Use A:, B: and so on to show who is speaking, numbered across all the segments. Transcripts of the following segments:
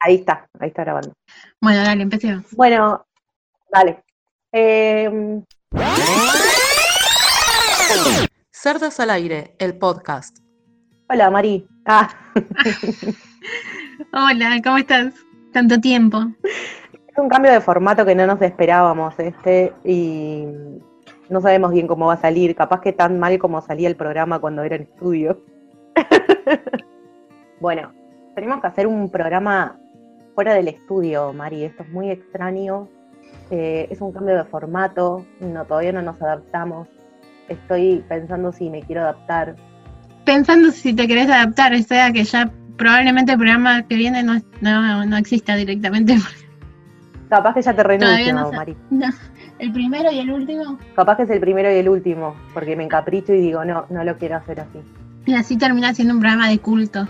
A: Ahí está, ahí está grabando.
B: Bueno, dale, empecemos.
A: Bueno, vale. Eh,
C: Cerdas al aire, el podcast.
A: hola, Mari. Ah,
B: Hola, ¿cómo estás? Tanto tiempo.
A: es un cambio de formato que no nos esperábamos, este, y no sabemos bien cómo va a salir. Capaz que tan mal como salía el programa cuando era en estudio. bueno, tenemos que hacer un programa fuera del estudio, Mari. Esto es muy extraño. Eh, es un cambio de formato. No, todavía no nos adaptamos. Estoy pensando si me quiero adaptar.
B: Pensando si te querés adaptar, o sea que ya probablemente el programa que viene no, no, no exista directamente.
A: Capaz que ya te renuncio,
B: Todavía no sé.
A: Mari.
B: No, El primero y el último.
A: Capaz que es el primero y el último, porque me encapricho y digo, no, no lo quiero hacer así.
B: Y así termina siendo un programa de culto.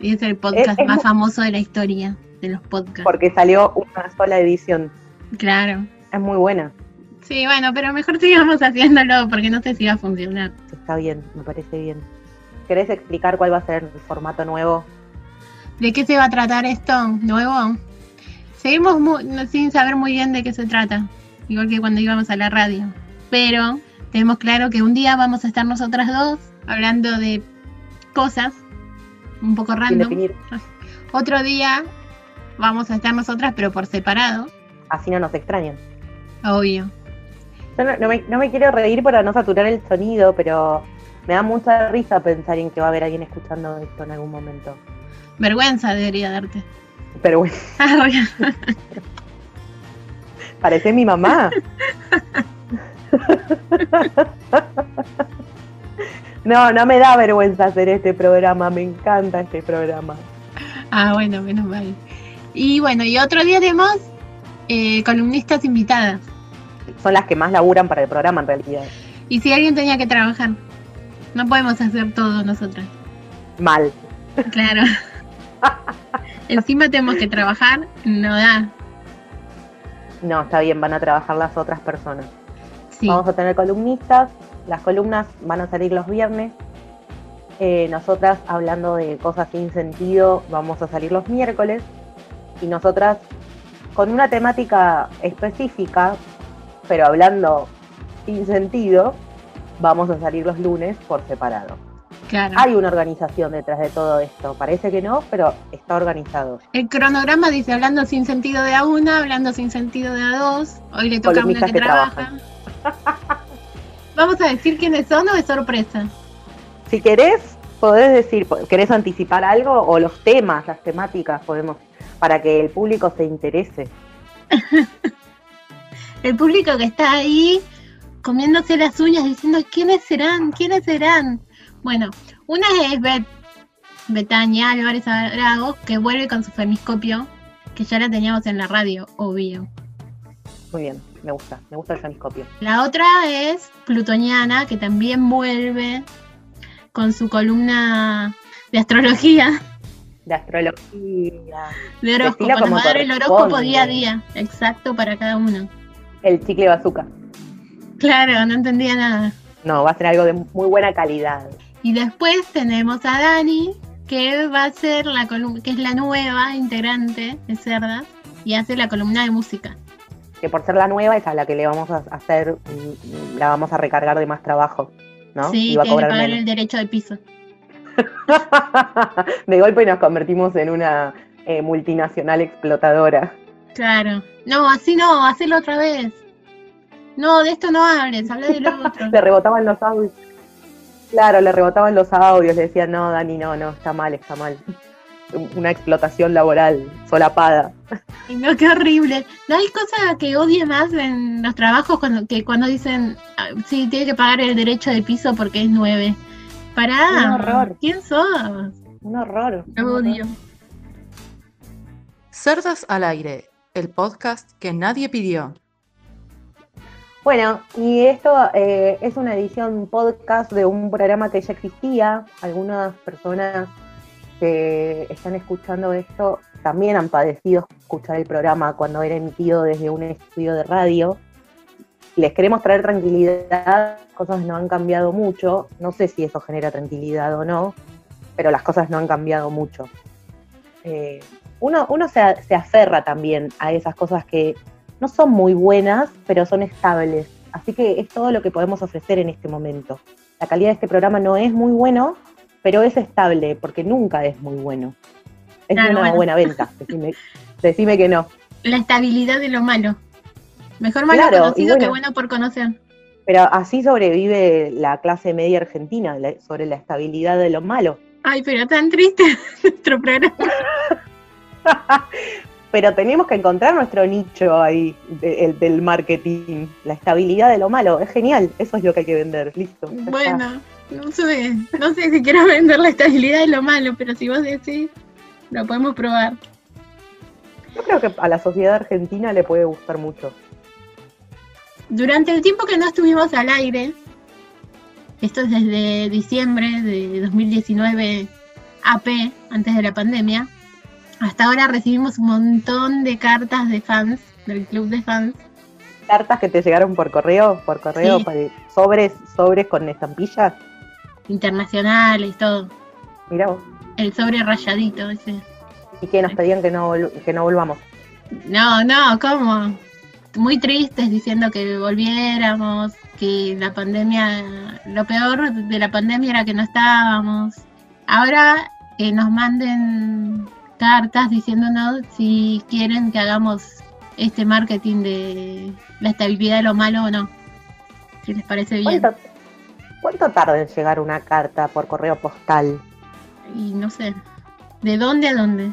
B: Y es el
A: Es-
B: podcast
A: es
B: más
A: mu-
B: famoso de la historia de los podcasts.
A: Porque salió una sola edición.
B: Claro.
A: Es muy buena.
B: Sí, bueno, pero mejor sigamos haciéndolo porque no sé si va a funcionar.
A: Está bien, me parece bien. ¿Querés explicar cuál va a ser el formato nuevo?
B: ¿De qué se va a tratar esto nuevo? Seguimos mu- no- sin saber muy bien de qué se trata, igual que cuando íbamos a la radio. Pero tenemos claro que un día vamos a estar nosotras dos hablando de cosas un poco
A: Sin
B: random.
A: definir.
B: Otro día vamos a estar nosotras, pero por separado,
A: Así no nos extrañan.
B: obvio.
A: Yo no, no me, no me quiero reír para no saturar el sonido, pero me da mucha risa pensar en que va a haber alguien escuchando esto en algún momento.
B: Vergüenza debería darte.
A: Pero bueno,
B: Ah, bueno.
A: parece mi mamá. No, no me da vergüenza hacer este programa, me encanta este programa.
B: Ah, bueno, menos mal. Y bueno, y otro día tenemos eh, columnistas invitadas.
A: son las que más laburan para el programa en realidad.
B: Y si alguien tenía que trabajar, no podemos hacer todo nosotras.
A: Mal.
B: Claro. Encima tenemos que trabajar, no da.
A: No, está bien, van a trabajar las otras personas.
B: Sí,
A: Vamos a tener columnistas, las columnas van a salir los viernes. Eh, nosotras hablando de cosas sin sentido, vamos a salir los miércoles. Y nosotras con una temática específica, pero hablando sin sentido, vamos a salir los lunes por separado.
B: claro.
A: Hay una organización detrás de todo esto, parece que no, pero está organizado.
B: El cronograma dice hablando sin sentido de a una, hablando sin sentido de a dos. Hoy le toca a una
A: Columnistas
B: que
A: que
B: trabaja. ¿Vamos a decir quiénes son o es sorpresa?
A: Si querés, podés decir, ¿querés anticipar algo? O los temas, las temáticas, podemos, para que el público se interese.
B: El público que está ahí comiéndose las uñas diciendo quiénes serán, quiénes serán. Bueno, una es Bet Betania Álvarez Arago, que vuelve con su femiscopio, que ya la teníamos en la radio, obvio.
A: Muy bien, me gusta, me gusta el femiscopio.
B: La otra es Plutoniana, que también vuelve con su columna de astrología,
A: De astrología.
B: de horóscopo.
A: Decila
B: Nos
A: como
B: va a dar el horóscopo
A: corresponde.
B: día a día, exacto para cada uno.
A: El chicle bazooka.
B: Claro, no entendía nada.
A: No, va a ser algo de muy buena calidad.
B: Y después tenemos a Dani, que va a ser la columna, que es la nueva integrante de Cerdas, y hace la columna de música.
A: Que por ser la nueva es a la que le vamos a hacer, mm, la vamos a recargar de más trabajo, ¿no?
B: Sí,
A: y va a
B: tiene que
A: cobrar
B: pagar el
A: menos.
B: derecho de piso.
A: de golpe nos convertimos en una eh, multinacional explotadora.
B: Claro. No, así no, hacerlo otra vez. No, de esto no hables, habla del otro.
A: le rebotaban los audios. Claro, le rebotaban los audios, le decían, no, Dani, no, no, está mal, está mal. Una explotación laboral solapada.
B: Ay, No, qué horrible. No hay cosa que odie más en los trabajos cuando, que cuando dicen, "Ah, sí, tiene que pagar el derecho de piso porque es nueve. Pará,
A: Un horror.
B: ¿quién sos?
A: Un horror.
B: Lo odio.
C: Cerdas al aire, el podcast que nadie pidió.
A: Bueno, y esto eh, es una edición podcast de un programa que ya existía. Algunas personas que están escuchando esto también han padecido escuchar el programa cuando era emitido desde un estudio de radio. Les queremos traer tranquilidad, las cosas no han cambiado mucho. No sé si eso genera tranquilidad o no, pero las cosas no han cambiado mucho. Eh, uno, uno se, a- se aferra también a esas cosas que no son muy buenas, pero son estables. Así que es todo lo que podemos ofrecer en este momento. La calidad de este programa no es muy bueno, pero es estable, porque nunca es muy bueno. Es
B: Claro,
A: una
B: bueno.
A: buena venta, decime, decime que no.
B: La estabilidad de lo malo. Mejor malo
A: Claro, y
B: conocido que
A: bueno.
B: bueno por conocer.
A: Pero así sobrevive la clase media argentina, la- sobre la estabilidad de lo malo.
B: Ay, pero tan triste nuestro programa.
A: Pero tenemos que encontrar nuestro nicho ahí de- el- del marketing. La estabilidad de lo malo, es genial, eso es lo que hay que vender, listo. ya está.
B: Bueno, no sé, no sé si quiero vender la estabilidad de lo malo, pero si vos decís, lo podemos probar.
A: Yo creo que a la sociedad argentina le puede gustar mucho.
B: Durante el tiempo que no estuvimos al aire, esto es desde diciembre de 2019 AP, antes de la pandemia, hasta ahora recibimos un montón de cartas de fans, del club de fans.
A: Cartas que te llegaron por correo, por correo,
B: Sí.
A: por- sobres, sobres con estampillas.
B: internacionales, todo.
A: Mirá vos.
B: El sobre rayadito ese.
A: Y que nos pedían que no, vol- que no volvamos.
B: No, no, ¿cómo? Muy tristes diciendo que volviéramos, que la pandemia, lo peor de la pandemia era que no estábamos. Ahora que nos manden cartas diciéndonos si quieren que hagamos este marketing de la estabilidad de lo malo o no. Si les parece bien.
A: ¿Cuánto, cuánto tarda en llegar una carta por correo postal?
B: Y no sé. ¿De dónde a dónde?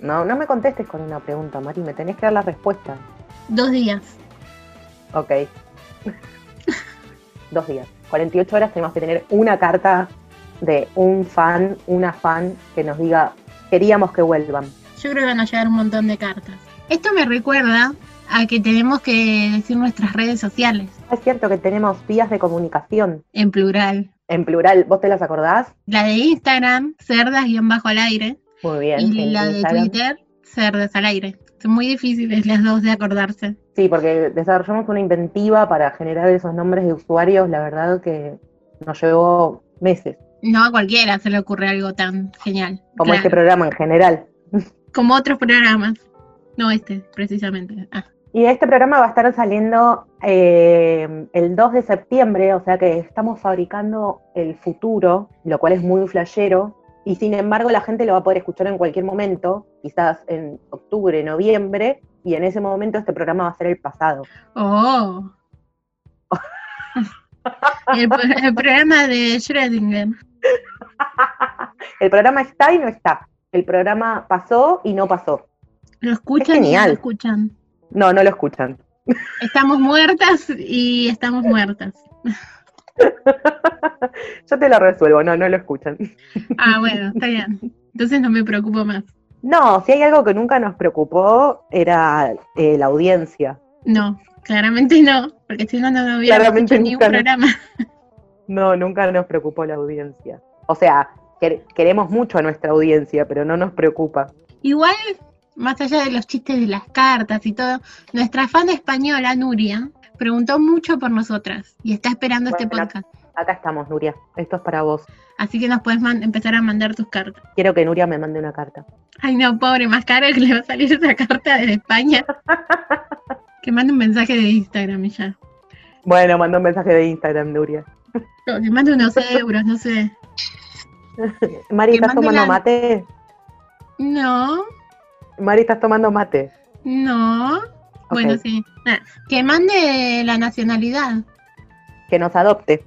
A: No, no me contestes con una pregunta, Mari, me tenés que dar la respuesta.
B: Dos días.
A: Ok. Dos días. 48 horas tenemos que tener una carta de un fan, una fan que nos diga, queríamos que vuelvan.
B: Yo creo que van a llegar un montón de cartas. Esto me recuerda a que tenemos que decir nuestras redes sociales
A: Es cierto que tenemos vías de comunicación
B: en plural.
A: en plural, ¿vos te las acordás?
B: La de Instagram, cerdas-bajo al aire.
A: Muy bien.
B: Y
A: en
B: la de
A: Instagram.
B: Twitter, cerdas al aire. Son muy difíciles las dos de acordarse.
A: Sí, porque desarrollamos una inventiva para generar esos nombres de usuarios, la verdad que nos llevó meses,
B: No a cualquiera se le ocurre algo tan genial.
A: como
B: Claro,
A: este programa en general.
B: como otros programas. No este, precisamente. Ah,
A: Y este programa va a estar saliendo eh, el 2 de septiembre, o sea que estamos fabricando el futuro, lo cual es muy flashero, y sin embargo la gente lo va a poder escuchar en cualquier momento, quizás en octubre, noviembre, y en ese momento este programa va a ser el pasado.
B: Oh. el, pro- el programa de Schrödinger.
A: El programa está y no está. El programa pasó y no pasó.
B: Lo escuchan y no
A: genial.
B: lo escuchan.
A: No, no lo escuchan.
B: Estamos muertas y estamos muertas.
A: Yo te lo resuelvo, no, no lo escuchan.
B: Ah, bueno, está bien. Entonces no me preocupo más.
A: No, si hay algo que nunca nos preocupó era eh, la audiencia.
B: No, claramente no, porque si no, no me hubiera
A: Claramente
B: hecho ni un
A: nunca, ¿no?
B: programa.
A: No, nunca nos preocupó la audiencia. O sea, quer- queremos mucho a nuestra audiencia, pero no nos preocupa.
B: Igual, más allá de los chistes de las cartas y todo, nuestra fan española, Nuria, preguntó mucho por nosotras y está esperando este
A: Bueno.
B: podcast.
A: Acá estamos, Nuria. Esto es para vos.
B: Así que nos puedes man- empezar a mandar tus cartas.
A: Quiero que Nuria me mande una carta.
B: Ay, no, pobre, más cara que le va a salir esa carta desde España. que mande un mensaje de Instagram y ya.
A: Bueno, mandó un mensaje de Instagram, Nuria.
B: O que mande unos euros, no sé.
A: Mari,
B: Que
A: ¿estás
B: mande
A: tomando
B: la-
A: mate?
B: No,
A: Mari, ¿estás tomando mate?
B: No. Bueno,
A: Ok.
B: sí. Ah, que mande la nacionalidad.
A: Que nos adopte.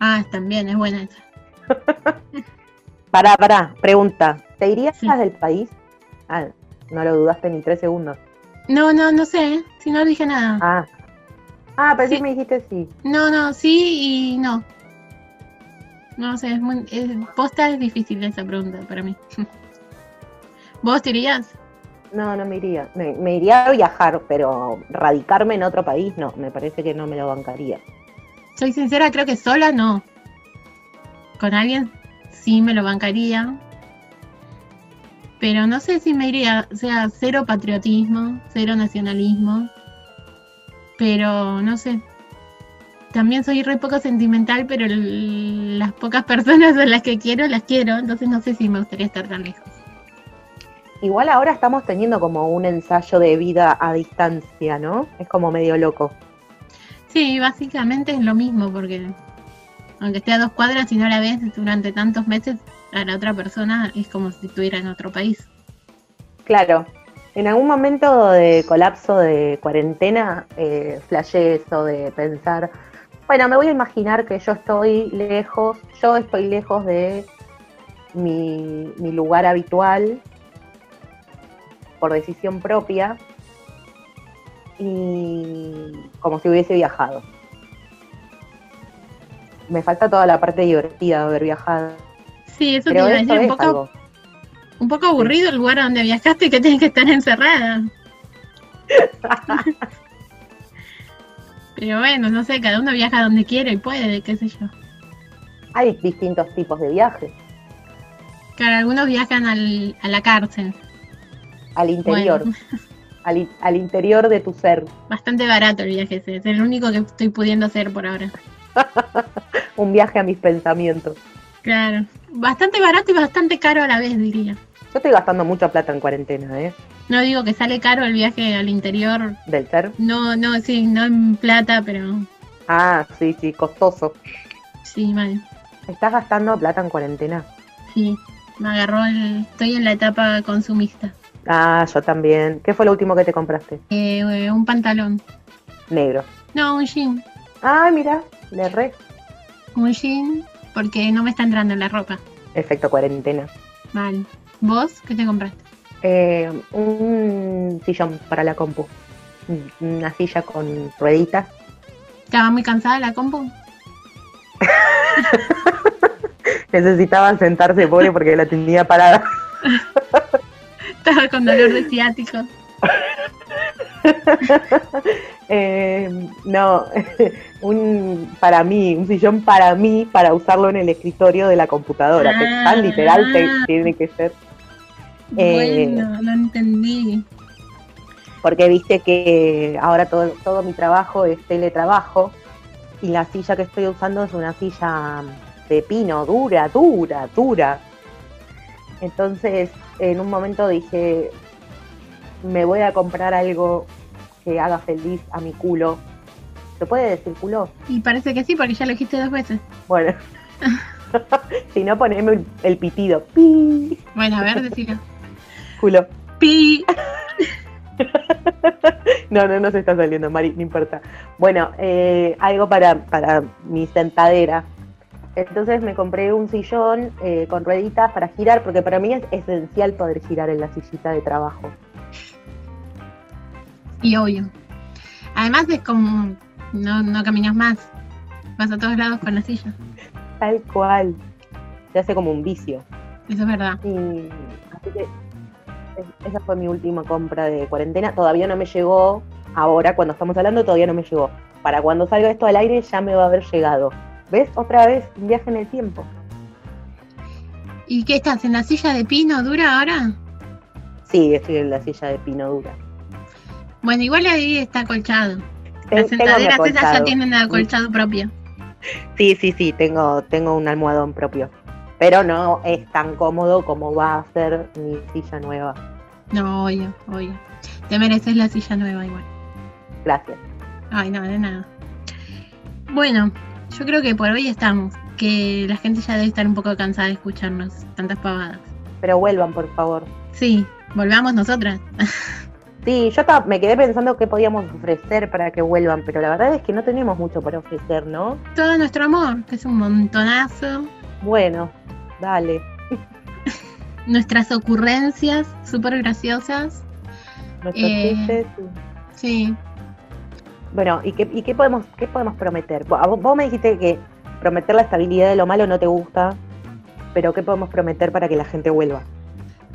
B: Ah, también es buena esa.
A: Pará, pará, pregunta. ¿Te irías
B: Sí.
A: del país? Ah, no lo dudaste ni tres segundos.
B: No, no, no sé. Si no dije nada.
A: Ah. Ah, pero sí
B: Sí.
A: me dijiste sí.
B: No, no, sí y no. No sé, es muy. es- posta es difícil esa pregunta para mí. ¿Vos te irías?
A: No, no me iría. Me, me iría a viajar, pero radicarme en otro país, no. Me parece que no me lo bancaría.
B: Soy sincera, creo que sola no. Con alguien sí me lo bancaría. Pero no sé si me iría, o sea, cero patriotismo, cero nacionalismo. Pero no sé. También soy re poco sentimental, pero el- las pocas personas a las que quiero, las quiero. Entonces no sé si me gustaría estar tan lejos.
A: Igual ahora estamos teniendo como un ensayo de vida a distancia, ¿no? Es como medio loco.
B: Sí, básicamente es lo mismo, porque aunque esté a dos cuadras y no la ves durante tantos meses, a la otra persona es como si estuviera en otro país.
A: Claro. En algún momento de colapso de cuarentena, eh, flashé eso de pensar, bueno, me voy a imaginar que yo estoy lejos, yo estoy lejos de mi, mi lugar habitual, por decisión propia, y como si hubiese viajado. Me falta toda la parte divertida de haber viajado.
B: Sí, eso
A: Pero
B: te iba a
A: eso
B: decir, un
A: es
B: poco,
A: algo.
B: un poco aburrido el lugar a donde viajaste y que tienes que estar encerrada. Pero bueno, no sé, cada uno viaja donde quiere y puede, qué sé yo.
A: Hay distintos tipos de viajes.
B: Claro, algunos viajan al, a la cárcel.
A: Al interior,
B: Bueno,
A: al, in- al interior de tu ser.
B: bastante barato el viaje ese, es el único que estoy pudiendo hacer por ahora.
A: Un viaje a mis pensamientos.
B: Claro, bastante barato y bastante caro a la vez, diría.
A: Yo estoy gastando mucha plata en cuarentena, ¿eh?
B: No digo que sale caro el viaje al interior,
A: Del ser.
B: no, no, sí, no en plata, pero
A: Ah, sí, sí, costoso.
B: sí, mal.
A: ¿Estás gastando plata en cuarentena?
B: Sí, me agarró el. Estoy en la etapa consumista.
A: Ah, yo también. ¿Qué fue lo último que te compraste?
B: Eh, eh, un pantalón.
A: Negro.
B: No, un jean.
A: Ah, mira, le re.
B: Un jean, porque no me está entrando en la ropa.
A: Efecto cuarentena.
B: Mal. ¿Vos qué te compraste?
A: Eh, un sillón para la compu. Un- Una silla con rueditas.
B: ¿Estaba muy cansada la compu?
A: Necesitaba sentarse, pobre, porque la tenía parada.
B: Estaba con dolor de ciático.
A: Eh, no, un para mí, un sillón para mí, para usarlo en el escritorio de la computadora. que
B: Ah.
A: tan literal te- tiene que ser. Eh.
B: Bueno, no entendí.
A: porque viste que ahora todo, todo mi trabajo es teletrabajo y la silla que estoy usando es una silla de pino, dura, dura, dura. Entonces, en un momento dije, me voy a comprar algo que haga feliz a mi culo. ¿Se puede decir culo?
B: Y parece que sí, porque ya lo dijiste dos veces.
A: Bueno. si no, poneme el, el pitido. Pi,
B: Bueno, a ver, decilo.
A: culo.
B: Pi.
A: No, no, no se está saliendo, Mari, no importa. Bueno, eh, algo para, para mi sentadera. Entonces me compré un sillón eh, con rueditas para girar, porque para mí es esencial poder girar en la sillita de trabajo.
B: Y obvio. Además es como. No, no caminas más. Vas a todos lados con la silla.
A: Tal cual. Se hace como un vicio.
B: Eso es verdad.
A: Y, así que es- esa fue mi última compra de cuarentena. Todavía no me llegó, ahora cuando estamos hablando todavía no me llegó. Para cuando salga esto al aire ya me va a haber llegado. ¿Ves? Otra vez, un viaje en el tiempo.
B: ¿Y qué estás? ¿En la silla de pino dura ahora?
A: Sí, estoy en la silla de pino dura.
B: Bueno, igual ahí está acolchado.
A: Ten-
B: Las sentaderas
A: mi
B: esas ya
A: acolchado.
B: tienen acolchado propio.
A: Sí, sí, sí, tengo, tengo un almohadón propio. Pero no es tan cómodo como va a ser mi silla nueva.
B: No, oye, oye. Te mereces la silla nueva igual.
A: Gracias.
B: Ay, no, de nada. Bueno, yo creo que por hoy estamos. Que la gente ya debe estar un poco cansada de escucharnos tantas pavadas.
A: Pero vuelvan, por favor.
B: Sí, volvamos nosotras.
A: Sí, yo ta- me quedé pensando qué podíamos ofrecer para que vuelvan, pero la verdad es que no tenemos mucho para ofrecer, ¿no?
B: Todo nuestro amor, que es un montonazo.
A: Bueno, dale.
B: Nuestras ocurrencias súper graciosas.
A: Nuestros
B: Eh.
A: chistes, sí.
B: Sí,
A: Bueno, ¿y qué, y qué podemos qué podemos prometer? Vos, a vos- vos me dijiste que prometer la estabilidad de lo malo no te gusta, pero ¿qué podemos prometer para que la gente vuelva?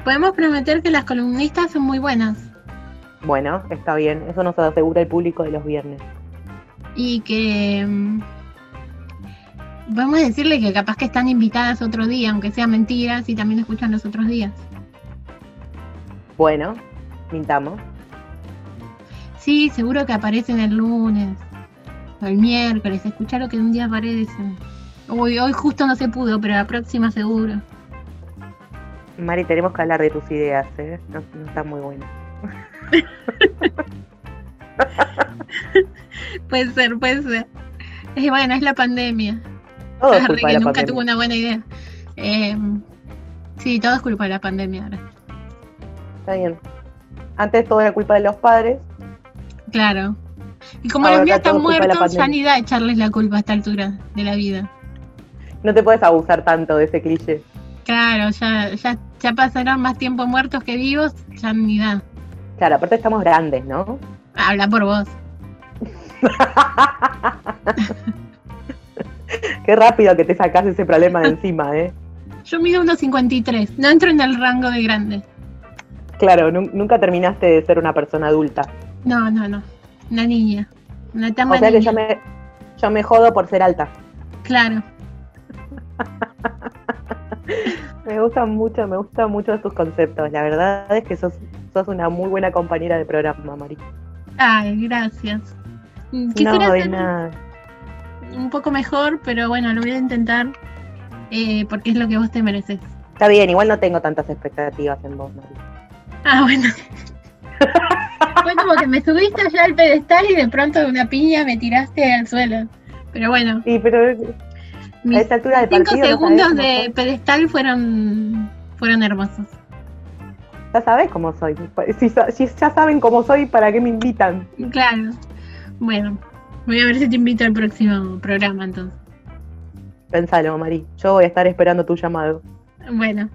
B: podemos prometer que las columnistas son muy buenas.
A: Bueno, está bien, eso nos asegura el público de los viernes.
B: Y que mm, vamos a decirle que capaz que están invitadas otro día, aunque sea mentiras, y también escuchan los otros días.
A: Bueno, mintamos.
B: Sí, seguro que aparecen el lunes o el miércoles. Escuchar lo que un día aparecen. Hoy, hoy justo no se pudo, pero la próxima seguro.
A: Mari, tenemos que hablar de tus ideas, ¿eh? No, no están muy buenas.
B: Puede ser, puede ser. Y bueno, es la pandemia.
A: Todo es
B: Harry,
A: culpa
B: que
A: de la
B: nunca
A: pandemia.
B: tuvo una buena idea. Eh, sí, todo es culpa de la pandemia ahora.
A: Está bien. Antes todo era culpa de los padres.
B: Claro. Y como
A: Ahora
B: los míos
A: todo
B: están
A: es culpa de la
B: muertos, ya
A: pandemia.
B: ni da a echarles la culpa a esta altura de la vida.
A: No te puedes abusar tanto de ese cliché.
B: Claro, ya, ya, ya pasaron más tiempo muertos que vivos, ya ni da.
A: Claro, aparte estamos grandes, ¿no?
B: Habla por vos.
A: Qué rápido que te sacas ese problema de encima, ¿eh?
B: Yo mido unos 53, no entro en el rango de grande.
A: Claro, nun- nunca terminaste de ser una persona adulta.
B: No, no, no. Una niña. Una tan
A: O sea que
B: niña.
A: yo me, yo me jodo por ser alta.
B: Claro.
A: Me gustan mucho, me gustan mucho tus conceptos. La verdad es que sos, sos una muy buena compañera de programa, Mari.
B: Ay, gracias. Mm, Quisiera
A: No, de
B: ser
A: nada.
B: un poco mejor, pero bueno, lo voy a intentar eh, porque es lo que vos te mereces.
A: Está bien, igual no tengo tantas expectativas en vos, Mari.
B: Ah, bueno. Fue como que me subiste allá al pedestal y de pronto de una piña me tiraste al suelo. Pero bueno,
A: Sí, pero eh, a
B: mis
A: esta altura del
B: cinco
A: partido. no sabés
B: segundos
A: cómo
B: de pedestal fueron fueron hermosos.
A: soy. Ya sabes cómo soy. Si, so- si ya saben cómo soy, ¿para qué me invitan?
B: Claro. Bueno, voy a ver si te invito al próximo programa entonces.
A: Pensalo, Mari. Yo voy a estar esperando tu llamado.
B: Bueno,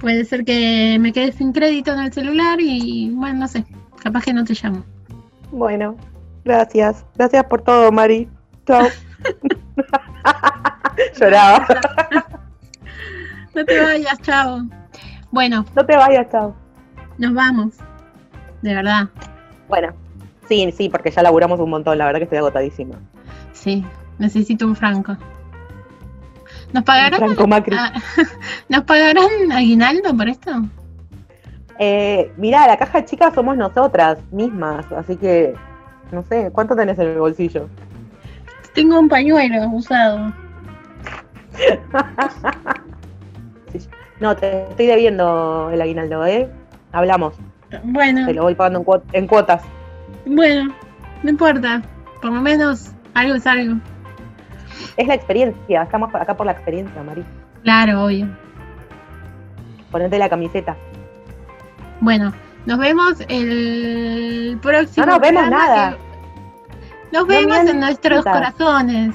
B: puede ser que me quede sin crédito en el celular y bueno, no sé, capaz que no te llamo.
A: Bueno, gracias. Gracias por todo, Mari. Chao. Lloraba.
B: No te vayas, chao. Bueno,
A: No te vayas, chao.
B: nos vamos. De verdad,
A: Bueno, sí, sí, porque ya laburamos un montón. La verdad que estoy agotadísima.
B: sí, necesito un franco. ¿Nos pagarán,
A: Franco Macri.
B: ah, ¿Nos pagarán aguinaldo por esto?
A: Eh, mirá, la caja chica somos nosotras mismas. Así que, no sé, ¿cuánto tenés en el bolsillo?
B: Tengo un pañuelo usado.
A: No, te estoy debiendo el aguinaldo, ¿eh? Hablamos.
B: Bueno,
A: Te lo voy pagando en, cuot- en cuotas.
B: bueno, no importa. Por lo menos algo es algo.
A: Es la experiencia. Estamos por acá por la experiencia, Mari.
B: Claro, obvio.
A: Ponete la camiseta.
B: Bueno, nos vemos el próximo.
A: No nos vemos
B: programa
A: nada.
B: que- Nos vemos en
A: mientas.
B: nuestros corazones.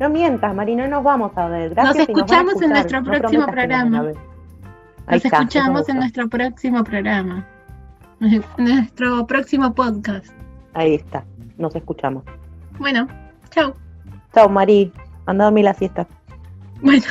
A: No mientas, Mari, no nos vamos a ver. Gracias
B: Nos
A: y van a
B: escuchamos en
A: escuchar.
B: nuestro
A: No
B: próximo
A: prometas que nos van a ver. Ahí
B: Nos
A: está, eso me
B: escuchamos
A: gusta.
B: en nuestro próximo programa. En nuestro próximo podcast.
A: Ahí está, nos escuchamos.
B: Bueno, chao.
A: Chao, Mari. Anda a dormir la siesta.
B: Bueno.